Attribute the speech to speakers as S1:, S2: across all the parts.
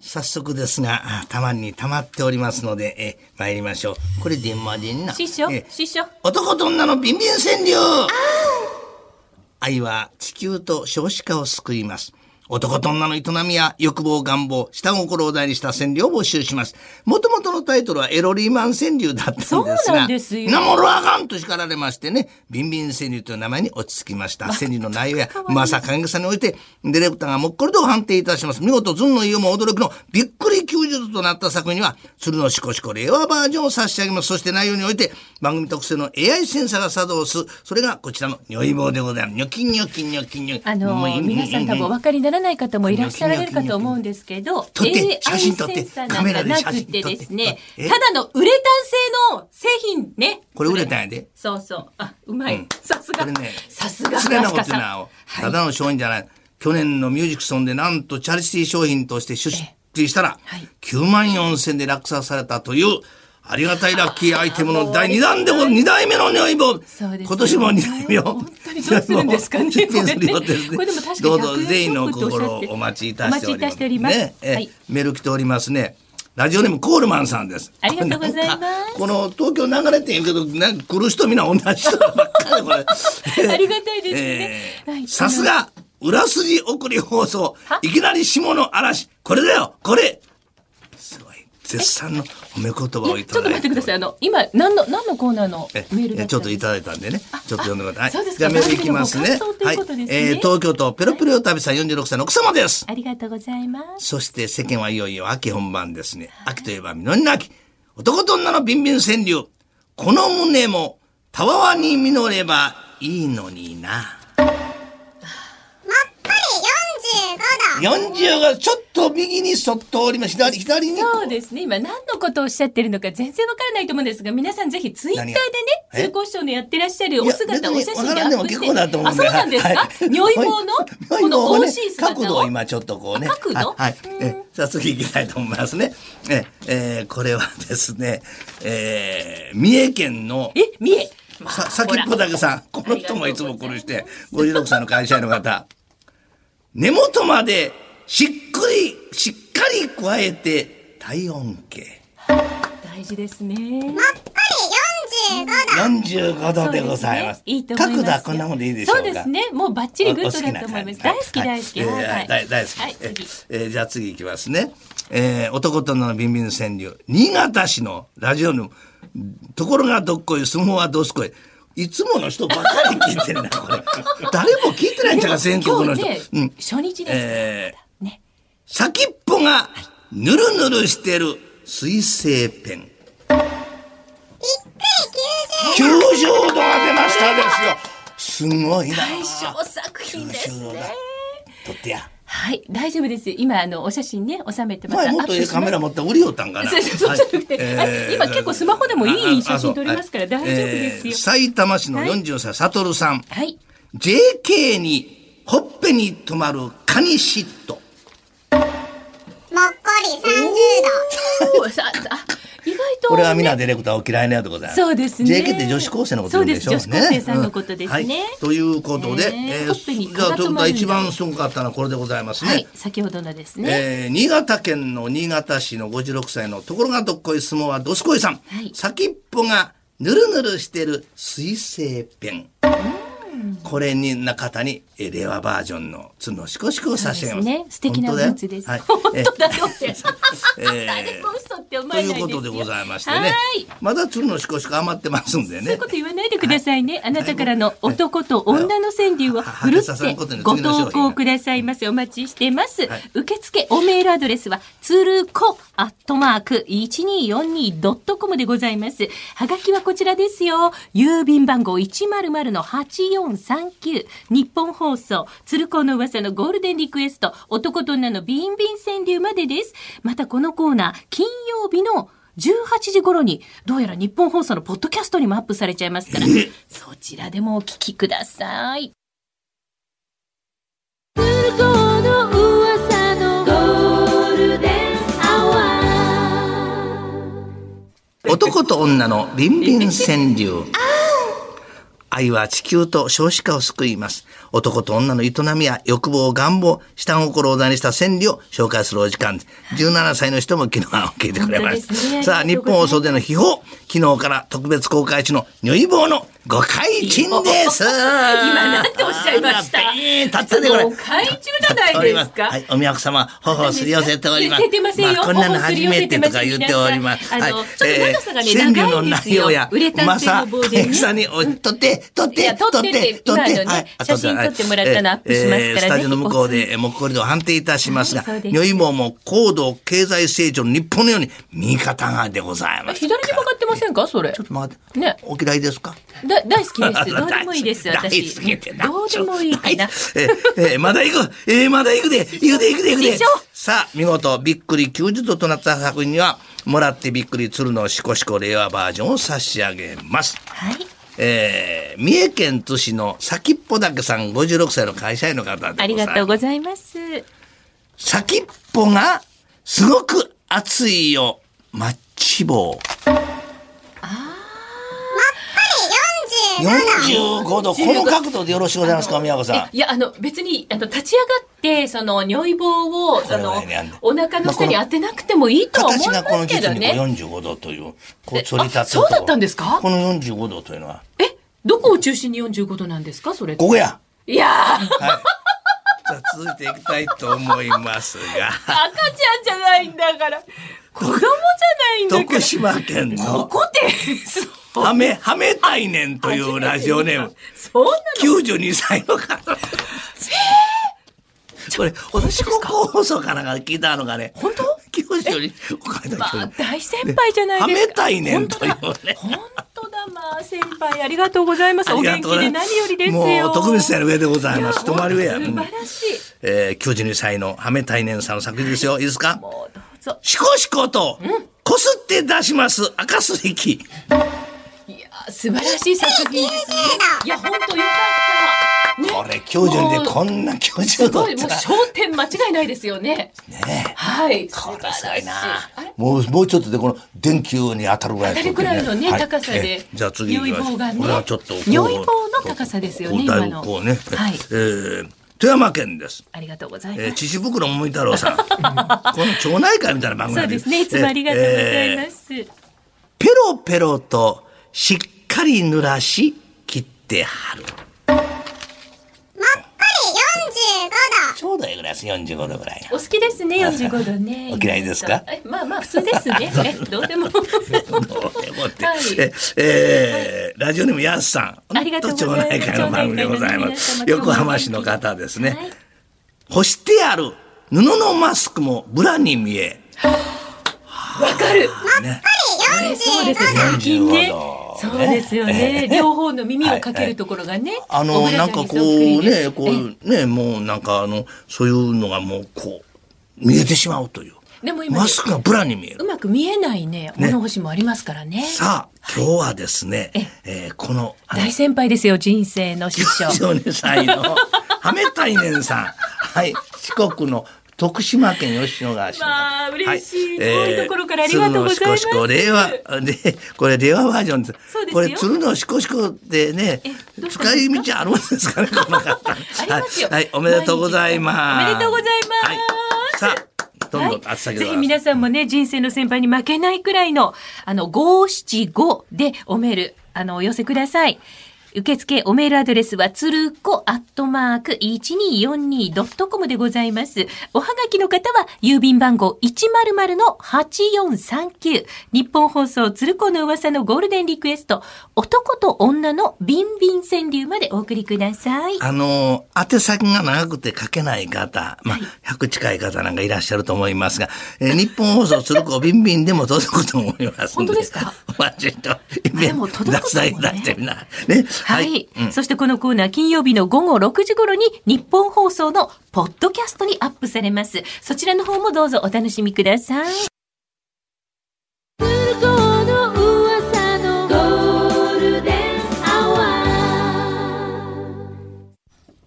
S1: 早速ですが、たまに溜まっておりますので、え、参りましょう。これ電話でんな。
S2: 師匠
S1: え、
S2: 師匠。
S1: 男と女のビンビン川柳愛は地球と少子化を救います。男と女の営みや欲望、願望、下心を題にした川柳を募集します。もともとのタイトルはエロリーマン川柳だったんですが、
S2: そうなんですよ
S1: なもろあかんと叱られましてね、ビンビン川柳という名前に落ち着きました。川柳の内容や、まさかんさにおいて、ディレクターがもっこりと判定いたします。見事、ずんの言いようも驚きのびっくり救助となった作品には、鶴のしこしこ令和バージョンを差し上げます。そして内容において、番組特製の AI センサーが作動する。それがこちらの如意棒でございます。にょきんにょきんにょきんにょきん。
S2: あの
S1: もういい
S2: 皆さん多分お分かりにならない方もいらっしゃられるかと思うんですけど、
S1: 撮って写
S2: AI セ
S1: 真
S2: ン
S1: 撮って
S2: サーな
S1: カメラ
S2: ん
S1: で
S2: かな
S1: 写
S2: く
S1: 真撮って
S2: てですね、
S1: え
S2: ただのウレタン製の製品ね。
S1: これウレタンやで
S2: そうそう。あ、うま
S1: うん
S2: い。さす
S1: こ
S2: が
S1: れね。
S2: さすが。
S1: 失礼なこと
S2: 飛
S1: 言
S2: 鳥
S1: う
S2: さ
S1: な
S2: ん
S1: よただの商品じゃない。去年のミュージックソンでなんとチャリティー商品として出資したら
S2: はい、
S1: 9万4千で落札されたという、ありがたいラッキーアイテムの第2弾でご、2代目の匂い棒。
S2: そうですね
S1: 今年も2代目を。
S2: 本当にどうするんです かね
S1: 出品する予定
S2: これねこれでも確かに
S1: どうぞ
S2: 100
S1: 全員の
S2: ショップとおっし
S1: 心
S2: ゃ
S1: を
S2: って
S1: お待ちいたしてお
S2: お
S1: ります。
S2: 待ちいたしております
S1: ねえ
S2: はい
S1: メール来ておりますね。ラジオネームコールマンさんです。
S2: ありがとうございます
S1: なんかこの東京流れてんやけど、なんか来る人みんな同じ人ばっかりこれ。
S2: ありがたいですね
S1: えー
S2: はい
S1: さすが、裏筋送り放送
S2: は。
S1: いきなり下の嵐。これだよ、これ。すごい。絶賛の褒め言葉をい
S2: え
S1: ただいて。
S2: ちょっと待ってください。あの、今、何の、何のコーナーの
S1: え
S2: メールだ
S1: え
S2: っ
S1: ち
S2: た
S1: ょ
S2: ん
S1: っと
S2: で
S1: い
S2: すか
S1: ただいたんでね。ちょっと読んでください。
S2: そうです
S1: じゃ
S2: か
S1: あメールいきます
S2: 番組
S1: ね。
S2: のご感想ということですね
S1: えー東京都ペロペロ旅さん46歳の奥様です。
S2: ありがとうございます。
S1: そして世間はいよいよ秋本番ですね。秋といえば実りの秋。男と女のビンビン川柳。この胸もたわわに実ればいいのにな。
S3: もっこり
S1: 45、ちょっと右にそっとおります。左、左に。
S2: そうですね。今何のことをおっしゃってるのか全然わからないと思うんですが、皆さんぜひツイッターでね、
S1: え
S2: 通行師匠のやってらっしゃるお姿をお
S1: 別
S2: 写
S1: に
S2: 真で
S1: わ
S2: ア
S1: からんで
S2: ッ
S1: も
S2: プし
S1: 結
S2: て。
S1: 構だと思
S2: あ、
S1: うん
S2: そうなんですか如意棒の、この
S1: 女
S2: 惜
S1: ね
S2: しい、姿
S1: 角度を
S2: を。
S1: 今ちょっとこうね。
S2: 角度
S1: はい。はいえさあ次行きたいと思いますね。え、えーこれはですね、えー三重県の
S2: え、見え。まあ
S1: さ、先っぽだけさん、この人もいつも苦しして、56歳の会社員の方。根元までしっくり、しっかり加えて、体温計。
S2: 大事ですね。
S3: 45度もっこり45度
S1: 45度でございま
S2: そう
S1: す。
S2: でねいいと思いま
S1: 角
S2: す。
S1: 度はこんなもんでいいでしょうか。
S2: そうですね。もうバッチリグッドだと思います。大好き大好き。
S1: え
S2: はい
S1: ー大大好き。
S2: はい、
S1: え
S2: 次。
S1: えーじゃあ次いきますね。えー男と女のビンビン川柳。新潟市のラジオのところがどっこい、相撲はどすこい。いつもの人ばかり聞いてる な、これ。誰も聞い てないんちゃうか、全国の人。
S2: 今日
S1: う
S2: ね
S1: ん、。
S2: 初日です
S1: えー
S2: からね。
S1: 先っぽがぬるぬるしてる水性 ペン。90度が出ましたですよ。すごいな。
S2: 大賞作品です
S1: 90度だ
S2: ね。
S1: 取ってや。
S2: はい、大丈夫ですよ。今あのお写真ね収めてまた
S1: 前
S2: ア
S1: もっ
S2: ップ
S1: と
S2: し
S1: ええ
S2: ます。
S1: カメラ持ったら売りよったんかな。
S2: そうそうそうそう
S1: えー
S2: 今結構スマホでもいい写真撮れますから
S1: ああそう
S2: 大丈夫ですよ
S1: えー埼玉市の40歳、サトルさん。
S2: はい。
S1: JK にほっぺに止まるカニ嫉妬。
S3: もっこり30度
S2: おーさああ意外と
S1: これは皆ディレクターを嫌いなやつでございます。
S2: そうですね
S1: JK って女子高生のこと言うんでしょ
S2: そうです女子高生さんのことですね
S1: はいということで、
S2: ね
S1: え
S2: ほっぺに
S1: ー、じゃあ、
S2: 止まる
S1: と
S2: んだ
S1: 一番すごかったのはこれでございますね。
S2: はい、先ほどのですね。
S1: えー新潟県の新潟市の56歳のところがどっこい相撲はどすこいさん、
S2: はい
S1: 先っぽがぬるぬるしてる水性ペンこれにな方にえー令和バージョンの角のしこしこを差し上げ
S2: そ
S1: ます
S2: うですね素敵な
S1: 本当だよ
S2: ブーツです
S1: はい
S2: 本当だよって
S1: えー
S2: 誰も嘘って思
S1: と
S2: えない
S1: い
S2: です
S1: う
S2: よ。
S1: ことでございまして
S2: は
S1: ね
S2: ーい。
S1: まだ鶴のしこしこ余ってますんでね
S2: そういうこと言わないでくださいね。あなたからの男と女の川柳をふる
S1: はいはい
S2: ってご投稿くださいませ。お待ちしてます。
S1: はい
S2: 受付おメールアドレスは、つるこアットマーク 1242.com でございます。はがきはこちらですよ。郵便番号100-8439。日本放送、つるこの噂のゴールデンリクエスト、男と女のビンビン川柳までです。またこのコーナー、金曜日の18時頃に、どうやら日本放送のポッドキャストにもアップされちゃいます から、そちらでもお聞きください。
S1: 男と女のビンビン川柳。愛は地球と少子化を救います。男と女の営みや欲望、願望、下心を題にした千里を紹介するお時間です。17歳の人も昨日は受けてくれまし
S2: 本当ですね
S1: た。さ
S2: あ
S1: あ、
S2: り
S1: 日
S2: がとうございます
S1: 本放送での秘宝、昨日から特別公開中の如意棒のご開陳で す。
S2: 今なんておっしゃいました
S1: あらピーン立ってね、これ。
S2: もう懐中じゃないですか
S1: はい、お宮様、頬をすり寄せております。
S2: 寄せてませんよ
S1: あこんなの
S2: 頬をすり
S1: 初
S2: 寄せて
S1: めて
S2: ま
S1: と
S2: す
S1: か言っております。
S2: 皆さんあの
S1: はい
S2: ちょっと長さがね
S1: 川柳
S2: 長
S1: の
S2: いんです
S1: 内
S2: よ
S1: 容や
S2: ウレ、タン製の棒でね
S1: まさ、に、おい撮って、撮っ
S2: いや
S1: て、
S2: 撮ってって
S1: 撮って
S2: 今のね
S1: はいあ
S2: 写真撮ってもらったのアップしますからね
S1: えースタジオの向こう
S2: お
S1: で、えーもっこりと判定いたしますが
S2: はいそう、です
S1: 如意棒も高度経済成長の日本のように右肩上がりでございます。
S2: 左に曲がってませんかそれ。
S1: 待って
S2: ね
S1: お嫌いですか。
S2: だ大好きです どうでもいいです、私。
S1: 大好きってな
S2: どうでもいいかな。
S1: えーえーまだ行く、えーまだ行くで、行くで行くで行くで
S2: 師匠。
S1: さあ、見事、びっくり90度となった作品には、もらってびっくり鶴のしこしこ令和バージョンを差し上げます。
S2: はい。
S1: えー三重県津市の先っぽだけさん56歳の会社員の方でございます。
S2: ありがとうございます。
S1: 先っぽがすごく熱いよ、マッチ棒。
S3: り47
S1: 45度、この角度でよろしゅうございますか、宮子さん
S2: え。いや、あの、別に、あの、立ち上がって、その、尿意棒を、その
S1: これはねあの、
S2: お腹の下に
S1: まあこ
S2: 当
S1: の
S2: てなくてもいいとは思い
S1: 形がこ
S2: ま
S1: の
S2: すけ
S1: 実
S2: ど
S1: に
S2: ね。
S1: 45度という、こう、反り立つと
S2: あそ
S1: こ
S2: うだったんですか
S1: この45度というのは、
S2: え、どこを中心に45度なんですかそれって
S1: ここや
S2: いやー、
S1: はい。じゃあ続いていきたいと思い ますが、
S2: 赤ちゃんじゃないんだから。子供じゃないんだか
S1: 徳
S2: ら。
S1: 島県
S2: こ
S1: の、
S2: こで、そう
S1: はめ、はめたいねんというラジオネ ーム、
S2: そんなの
S1: 92歳の方。これ、私高校放送からが聞いたのがね、
S2: 本当
S1: ?92、お金だ
S2: ま
S1: け
S2: あ
S1: ど。
S2: 大先輩じゃないですか。
S1: はめたいねん
S2: 本当だ
S1: というね
S2: 本当だまあ先輩ありがとうございます。お元気で何よりですよ。
S1: もう特別な上でござい
S2: いや
S1: ます。泊まり上や。
S2: 素
S1: うん
S2: 晴らしい。
S1: えー、92歳のハメタイネンさんの作品ですよ。いいですか
S2: もうどうぞ。
S1: シコシコと、こすって出します赤すりき。
S2: いや素晴らしい作品 ですね。いや本当よかった。ね
S1: これ、90で
S2: もう
S1: こんな90
S2: す
S1: 度
S2: ご
S1: だ
S2: い
S1: っ
S2: も
S1: た
S2: う
S1: ら
S2: 焦点間違いないですよね。
S1: ね
S2: はい。
S1: これすごいな
S2: あれ。
S1: もう、もうちょっとでこの電球に当たるぐらい
S2: 当たるくらいのね、
S1: はい
S2: 高さで、
S1: えじゃあ次行きましょ
S2: 尿意棒
S1: う。
S2: がね
S1: これはちょっとこう。
S2: 尿意棒の高さですよね
S1: こうだい
S2: 今の
S1: ぶこうね。
S2: はい
S1: えー富山県です。
S2: ありがとうございます。
S1: えー、父袋もみ太郎 さん。この町内会みたいな番組
S2: そう
S1: なん
S2: ですね。いつもありがとうございま
S1: えー
S2: す。
S1: ペロペロとしっかり濡らし切ってはる。
S3: 度もっこり45度
S1: ちょうどいいぐらいです。45度ぐらい
S2: お好きですね、45度ね。
S1: お嫌いですか
S2: えまあまあ、普通です ね。えどうでも。
S1: が。どうでもって。
S2: はい
S1: ええーラジオネームやすさん。
S2: ありがとうございます
S1: 本当町内会の番組でございま
S2: 町内会の皆様
S1: す。
S2: 今日も
S1: 横浜市の方ですね。
S2: はい
S1: 干してある布のマスクもブラに見え。
S2: わかる。そう
S3: 45
S2: で
S3: 度
S2: すね、最近ね
S1: 45。
S2: そ
S1: 度
S2: うですよね。両方の耳をかけるところがね。
S1: あ
S2: 小
S1: の、
S2: 倉
S1: なんか
S2: 谷そっ
S1: こ
S2: くり
S1: う
S2: で
S1: ね、こ
S2: え
S1: うね、もうなんかあの、そういうのがもうこう、見えてしまうという。
S2: でも今
S1: マ、スクがブラに見え
S2: う
S1: る。
S2: まく見えないね、物干しもありますからね。
S1: さあ、今日はですね、えーこの、あの
S2: 大先輩ですよ、人生の師匠。
S1: 42歳の、はめたいねん さん。はい、四国の徳島県吉野川市の方。
S2: まあ嬉しい
S1: は
S2: 遠いところからありがとうございます
S1: 鶴のしこしこ、令和、で、これ令和バージョンです。
S2: そうですよ
S1: これ鶴のしこしこでね
S2: えどう、したん
S1: 使い
S2: ですか
S1: 道あるんですかね、この方。
S2: ありますよ
S1: はい、はいおめでとうございま
S2: お
S1: す。
S2: めでとうございます
S1: はい、さあ、どんどん暑さ
S2: はい、ぜ
S1: げで
S2: ひ皆さんもね、人生の先輩に負けないくらいの、あの、五七五でおメール、あの、お寄せください。受付、おメールアドレスは、つるこアットマーク 1242.com でございます。おはがきの方は、郵便番号100-8439。日本放送、つるこの噂のゴールデンリクエスト、男と女のビンビン川柳までお送りください。
S1: あの、宛先が長くて書けない方、まあ、100近い方なんかいらっしゃると思いますが、えー日本放送鶴子ビンビンでも届くと思いますん
S2: 本当ですか
S1: お待ちしております。
S2: でも届くかもね
S1: 出してみな。ね。
S2: はい、そしてこのコーナー金曜日の午後6時頃に日本放送のポッドキャストにアップされます。そちらの方もどうぞお楽しみください。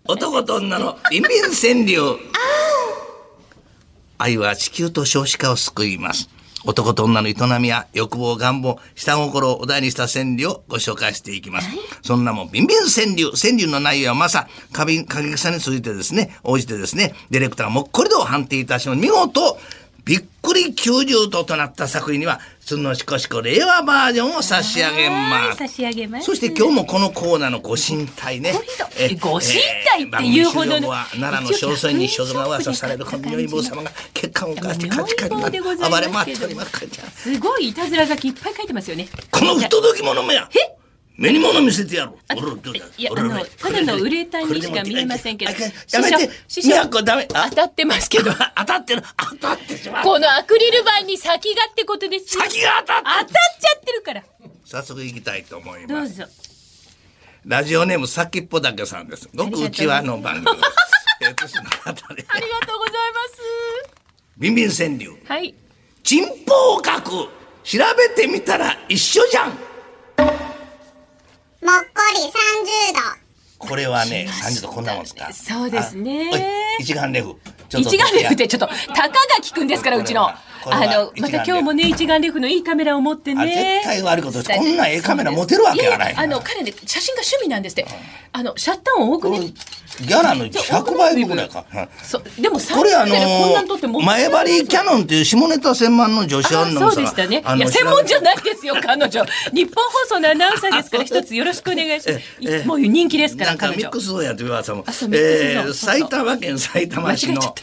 S1: 男と女のビンビン川柳。愛は地球と少子化を救います。男と女の営みや欲望、願望、下心をお題にした川柳をご紹介していきます。そんなもん、ビンビン川柳。川柳の内容はまさ、過敏、過激さに続いてですね、応じてですね、ディレクターがもっこりと判定いたします。見事、びっくり90度となった作品には、すんのしこしこ令和バージョンを差し上げま
S2: はい
S1: す。
S2: 差し上げます
S1: そして今日もこのコーナーのご神体ね。
S2: えご神体っていうほどの
S1: えー番組史上は奈良の小村に所蔵が噂されるこの如意棒様が血管をかしてカチカチになって
S2: ございま
S1: 暴
S2: すけ
S1: れ
S2: ど
S1: 回っておりますからじゃあ
S2: すごいいたずら書きいっぱい書いてますよね。
S1: この不届き者めや目に物見せてやろう。おろろどうだ
S2: いや
S1: おろ
S2: あ
S1: ろ
S2: のただのウレタンにしか見えませんけど
S1: あやめて
S2: 師匠師匠
S1: 宮子ダメあ
S2: 当たってますけど。
S1: 当たってる当たって しまう
S2: このアクリル板に先がってことですよ。
S1: 先が当
S2: 当
S1: た
S2: た
S1: っ
S2: ってちゃってるから。
S1: 早速行きたいと思い
S2: ど
S1: ま
S2: う
S1: す
S2: ぞ。
S1: ラジオネーム先っぽだけさんですごくうちわの番 組ですえー年のあたり
S2: ありがとうございま
S1: ビンビン川柳
S2: す。はい。
S1: 人報格調べてみたら一緒じゃん
S3: もっこり30度
S1: これはね30度こんなもんですか
S2: そうですね
S1: あおい一眼レフちょっと
S2: 一眼レフってちょっと、たかがきくんですから、うちの。あ
S1: これはこれは
S2: の、また今日もね、一眼レフのいいカメラを持って
S1: あ
S2: ね。
S1: 絶対悪いことですこんなええカメラ持てるわけがな
S2: や
S1: い
S2: やあの、彼ね、写真が趣味なんですって。あの、シャッター音多く
S1: これ
S2: ね
S1: ギ。ャラの100倍ぐらいかはい
S2: そう、でも30
S1: これあの
S2: でこんなん撮っても
S1: ー前張りキャノンっていう下ネタ専門の女子アナウ
S2: あそう
S1: ンサー
S2: で
S1: が
S2: したね。
S1: あ
S2: い
S1: の
S2: や、専門じゃ
S1: 調
S2: ないですよ、彼女。 日本放送のアナウンサーですから、一つよろしくお願いしま
S1: ええ
S2: す。もう人気です
S1: べ
S2: から、
S1: なんか
S2: 彼
S1: ミッ
S2: 女。
S1: クスゾーンやってみますもん
S2: あそうミックスゾーン
S1: え
S2: そ
S1: ー
S2: うそう
S1: 埼玉県埼玉市の
S2: 間違えちゃ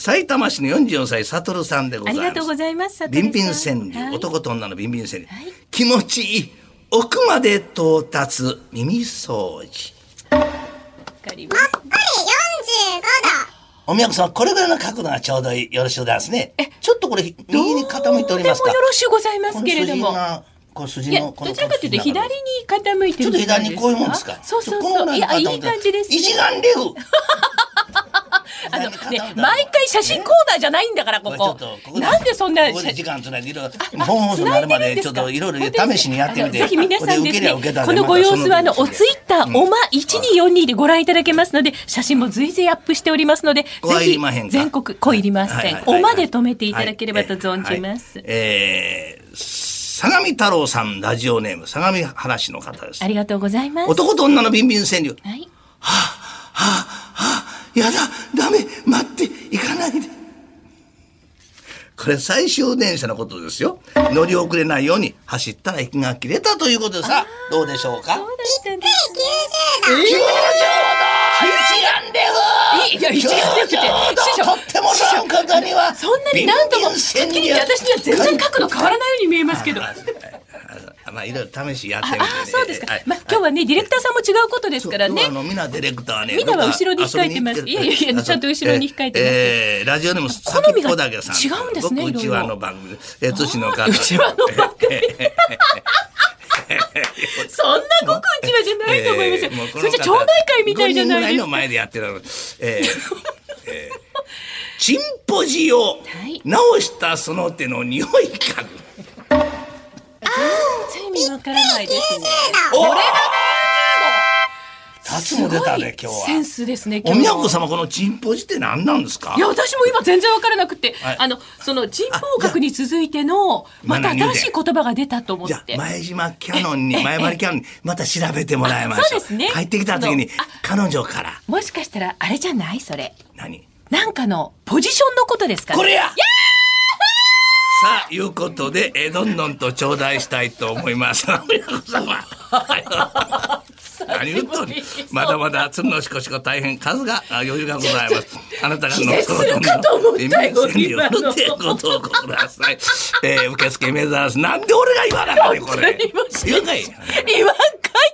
S1: 埼玉市の44歳悟さんでござ
S2: あ
S1: い
S2: り
S1: ます
S2: がとうございます、
S1: ビン
S2: ビ
S1: ビン川柳、
S2: はい、
S1: 男と女のビンビン川柳、
S2: はい
S1: 気持ちいい奥まで到達耳掃除
S2: わかります
S3: もっこり45度
S1: おみやこさんこれぐらいの角度がちょうどよろしゅうございますねちょっとこれ右に傾いております
S2: どうでも
S1: か
S2: よろしゅうございますけれど
S1: この
S2: も
S1: 筋。がこう筋
S2: いや、
S1: の
S2: ど
S1: この
S2: ちらかというと
S1: この筋の
S2: 左に傾いて
S1: ちょ
S2: る
S1: っと左にこういうもんですか
S2: そうそう
S1: ちょっとこ
S2: そ
S1: の
S2: う。い
S1: ぐら
S2: や、い
S1: の傾
S2: い感じです、
S1: 一眼レフ
S2: あの
S1: 左に
S2: ね
S1: 傾い、た
S2: 毎回写真コーナーじゃないんだから、こ
S1: ちょ
S2: こ
S1: っとここ。で
S2: なんでそんな
S1: ここで 時
S2: 写。
S1: 間つないでいろいろ本放送になるまでちょっといろいろ試しにやってみて
S2: あのぜひ皆さん
S1: これ受
S2: です
S1: けりゃ
S2: ね
S1: 受けた、で
S2: このご様子は、あの、
S1: またそ
S2: おツイッター、おま1242でご覧いただけますので、写真も随時アップしておりますので、ぜ
S1: ここはいり
S2: ひ
S1: まへんか、
S2: 全国、こいりま
S1: は
S2: せん
S1: いはい。はい
S2: おまで止めていただければと存じます
S1: はい。えー相模太郎さんラジオネーム相模原市の方です
S2: ありがとうございます。
S1: 男と女のビンビン川柳
S2: はい。
S1: やだダメ待って行かないでこれ最終電車のことですよ乗り遅れないように走ったら息が切れたということでさどうでしょうか
S2: そうだったんだ
S1: 90度一眼レフ
S2: いいいや一眼レフって師匠
S1: とってもらうことには
S2: そんなに何度も、はっ
S1: ビン
S2: き
S1: ビン
S2: り
S1: 川
S2: 言
S1: 柳
S2: って私には全然角度変わらないように見えますけど。
S1: あまあいろいろ試しやってみ
S2: あ
S1: て、ね、
S2: あそうですか、
S1: はい
S2: まあ、今日はね、ディレクターさんも違うことですからね
S1: そう今日はあのミナディレクターはね、
S2: ミナは後ろに控えてます
S1: どっか遊びに行っる
S2: いやいやいやちゃんと後ろに控えてます
S1: えーラジオネーム先っぽだけさん。
S2: 好みが違うんですね
S1: 僕うちわの番組です。えー、寿司の方。
S2: うちわの番組 そんなごくうちわじゃないと思いますよ、
S1: もうこ
S2: そ
S1: の方
S2: れじゃ町内会みたいじゃな
S1: 五人
S2: いで
S1: ぐら
S2: す
S1: の
S2: か
S1: 前でやってる。 えーえーチンポジを
S2: はい
S1: 直したその手の匂い嗅ぐ。
S2: 全然わからないですね
S1: おれタツも出たね今日は。
S2: センスですね今
S1: お
S2: 日
S1: みやこ様このチンポジって何なんですか
S2: いや私も今全然わからなくて、
S1: はい
S2: あのその人工学に続いてのまた
S1: 学んで
S2: 新しい言葉が出たと思っ
S1: じゃ
S2: て
S1: あ前島キャノ ンに前丸キャノンにまた調べてもらいましょう
S2: あそうですね
S1: 帰ってきた時に
S2: あ
S1: 彼女から
S2: もしかしたらあれじゃないそれ
S1: 何
S2: なんかのポジションのことですかね
S1: これやさあいうことでえどんどんと頂戴したいと思います 親子様何言っとんねんまだまだつんのしこしこ大変数があ余裕がございますあなたが
S2: 気絶するかと思ったよ今の
S1: ってことをくださ い、えー、受付目指すなんで俺が言わなあかんねんこれ
S2: 言いました
S1: 言うかい
S2: 言わんか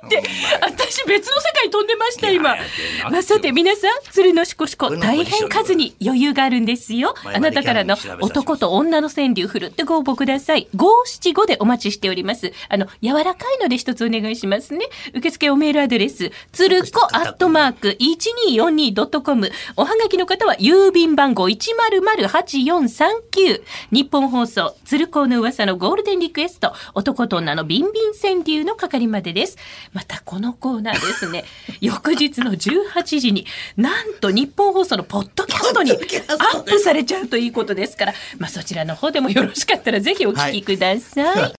S2: いって私別の世界飛んでました今
S1: いやいやいや
S2: まあさて皆さん鶴のしこしこ
S1: 俺のポジション
S2: 大変数に余裕があるんですよ
S1: 前
S2: あなたからの
S1: 前々キャラに調べさせます
S2: 男と女の川柳ふるってご応募ください五七五でお待ちしておりますあの柔らかいので一つお願いしますね受付おメールアドレス鶴子アットマーク 1242.com おはがきの方は郵便番号1008439日本放送鶴光の噂のゴールデンリクエスト男と女のビンビン川柳の係までですまたこのコーナーです ね、翌日の18時に、なんと日本放送のポッドキャストにア
S1: ポッドキャストで
S2: ップされちゃうということですから、まあそちらの方でもよろしかったらぜひお聞きください。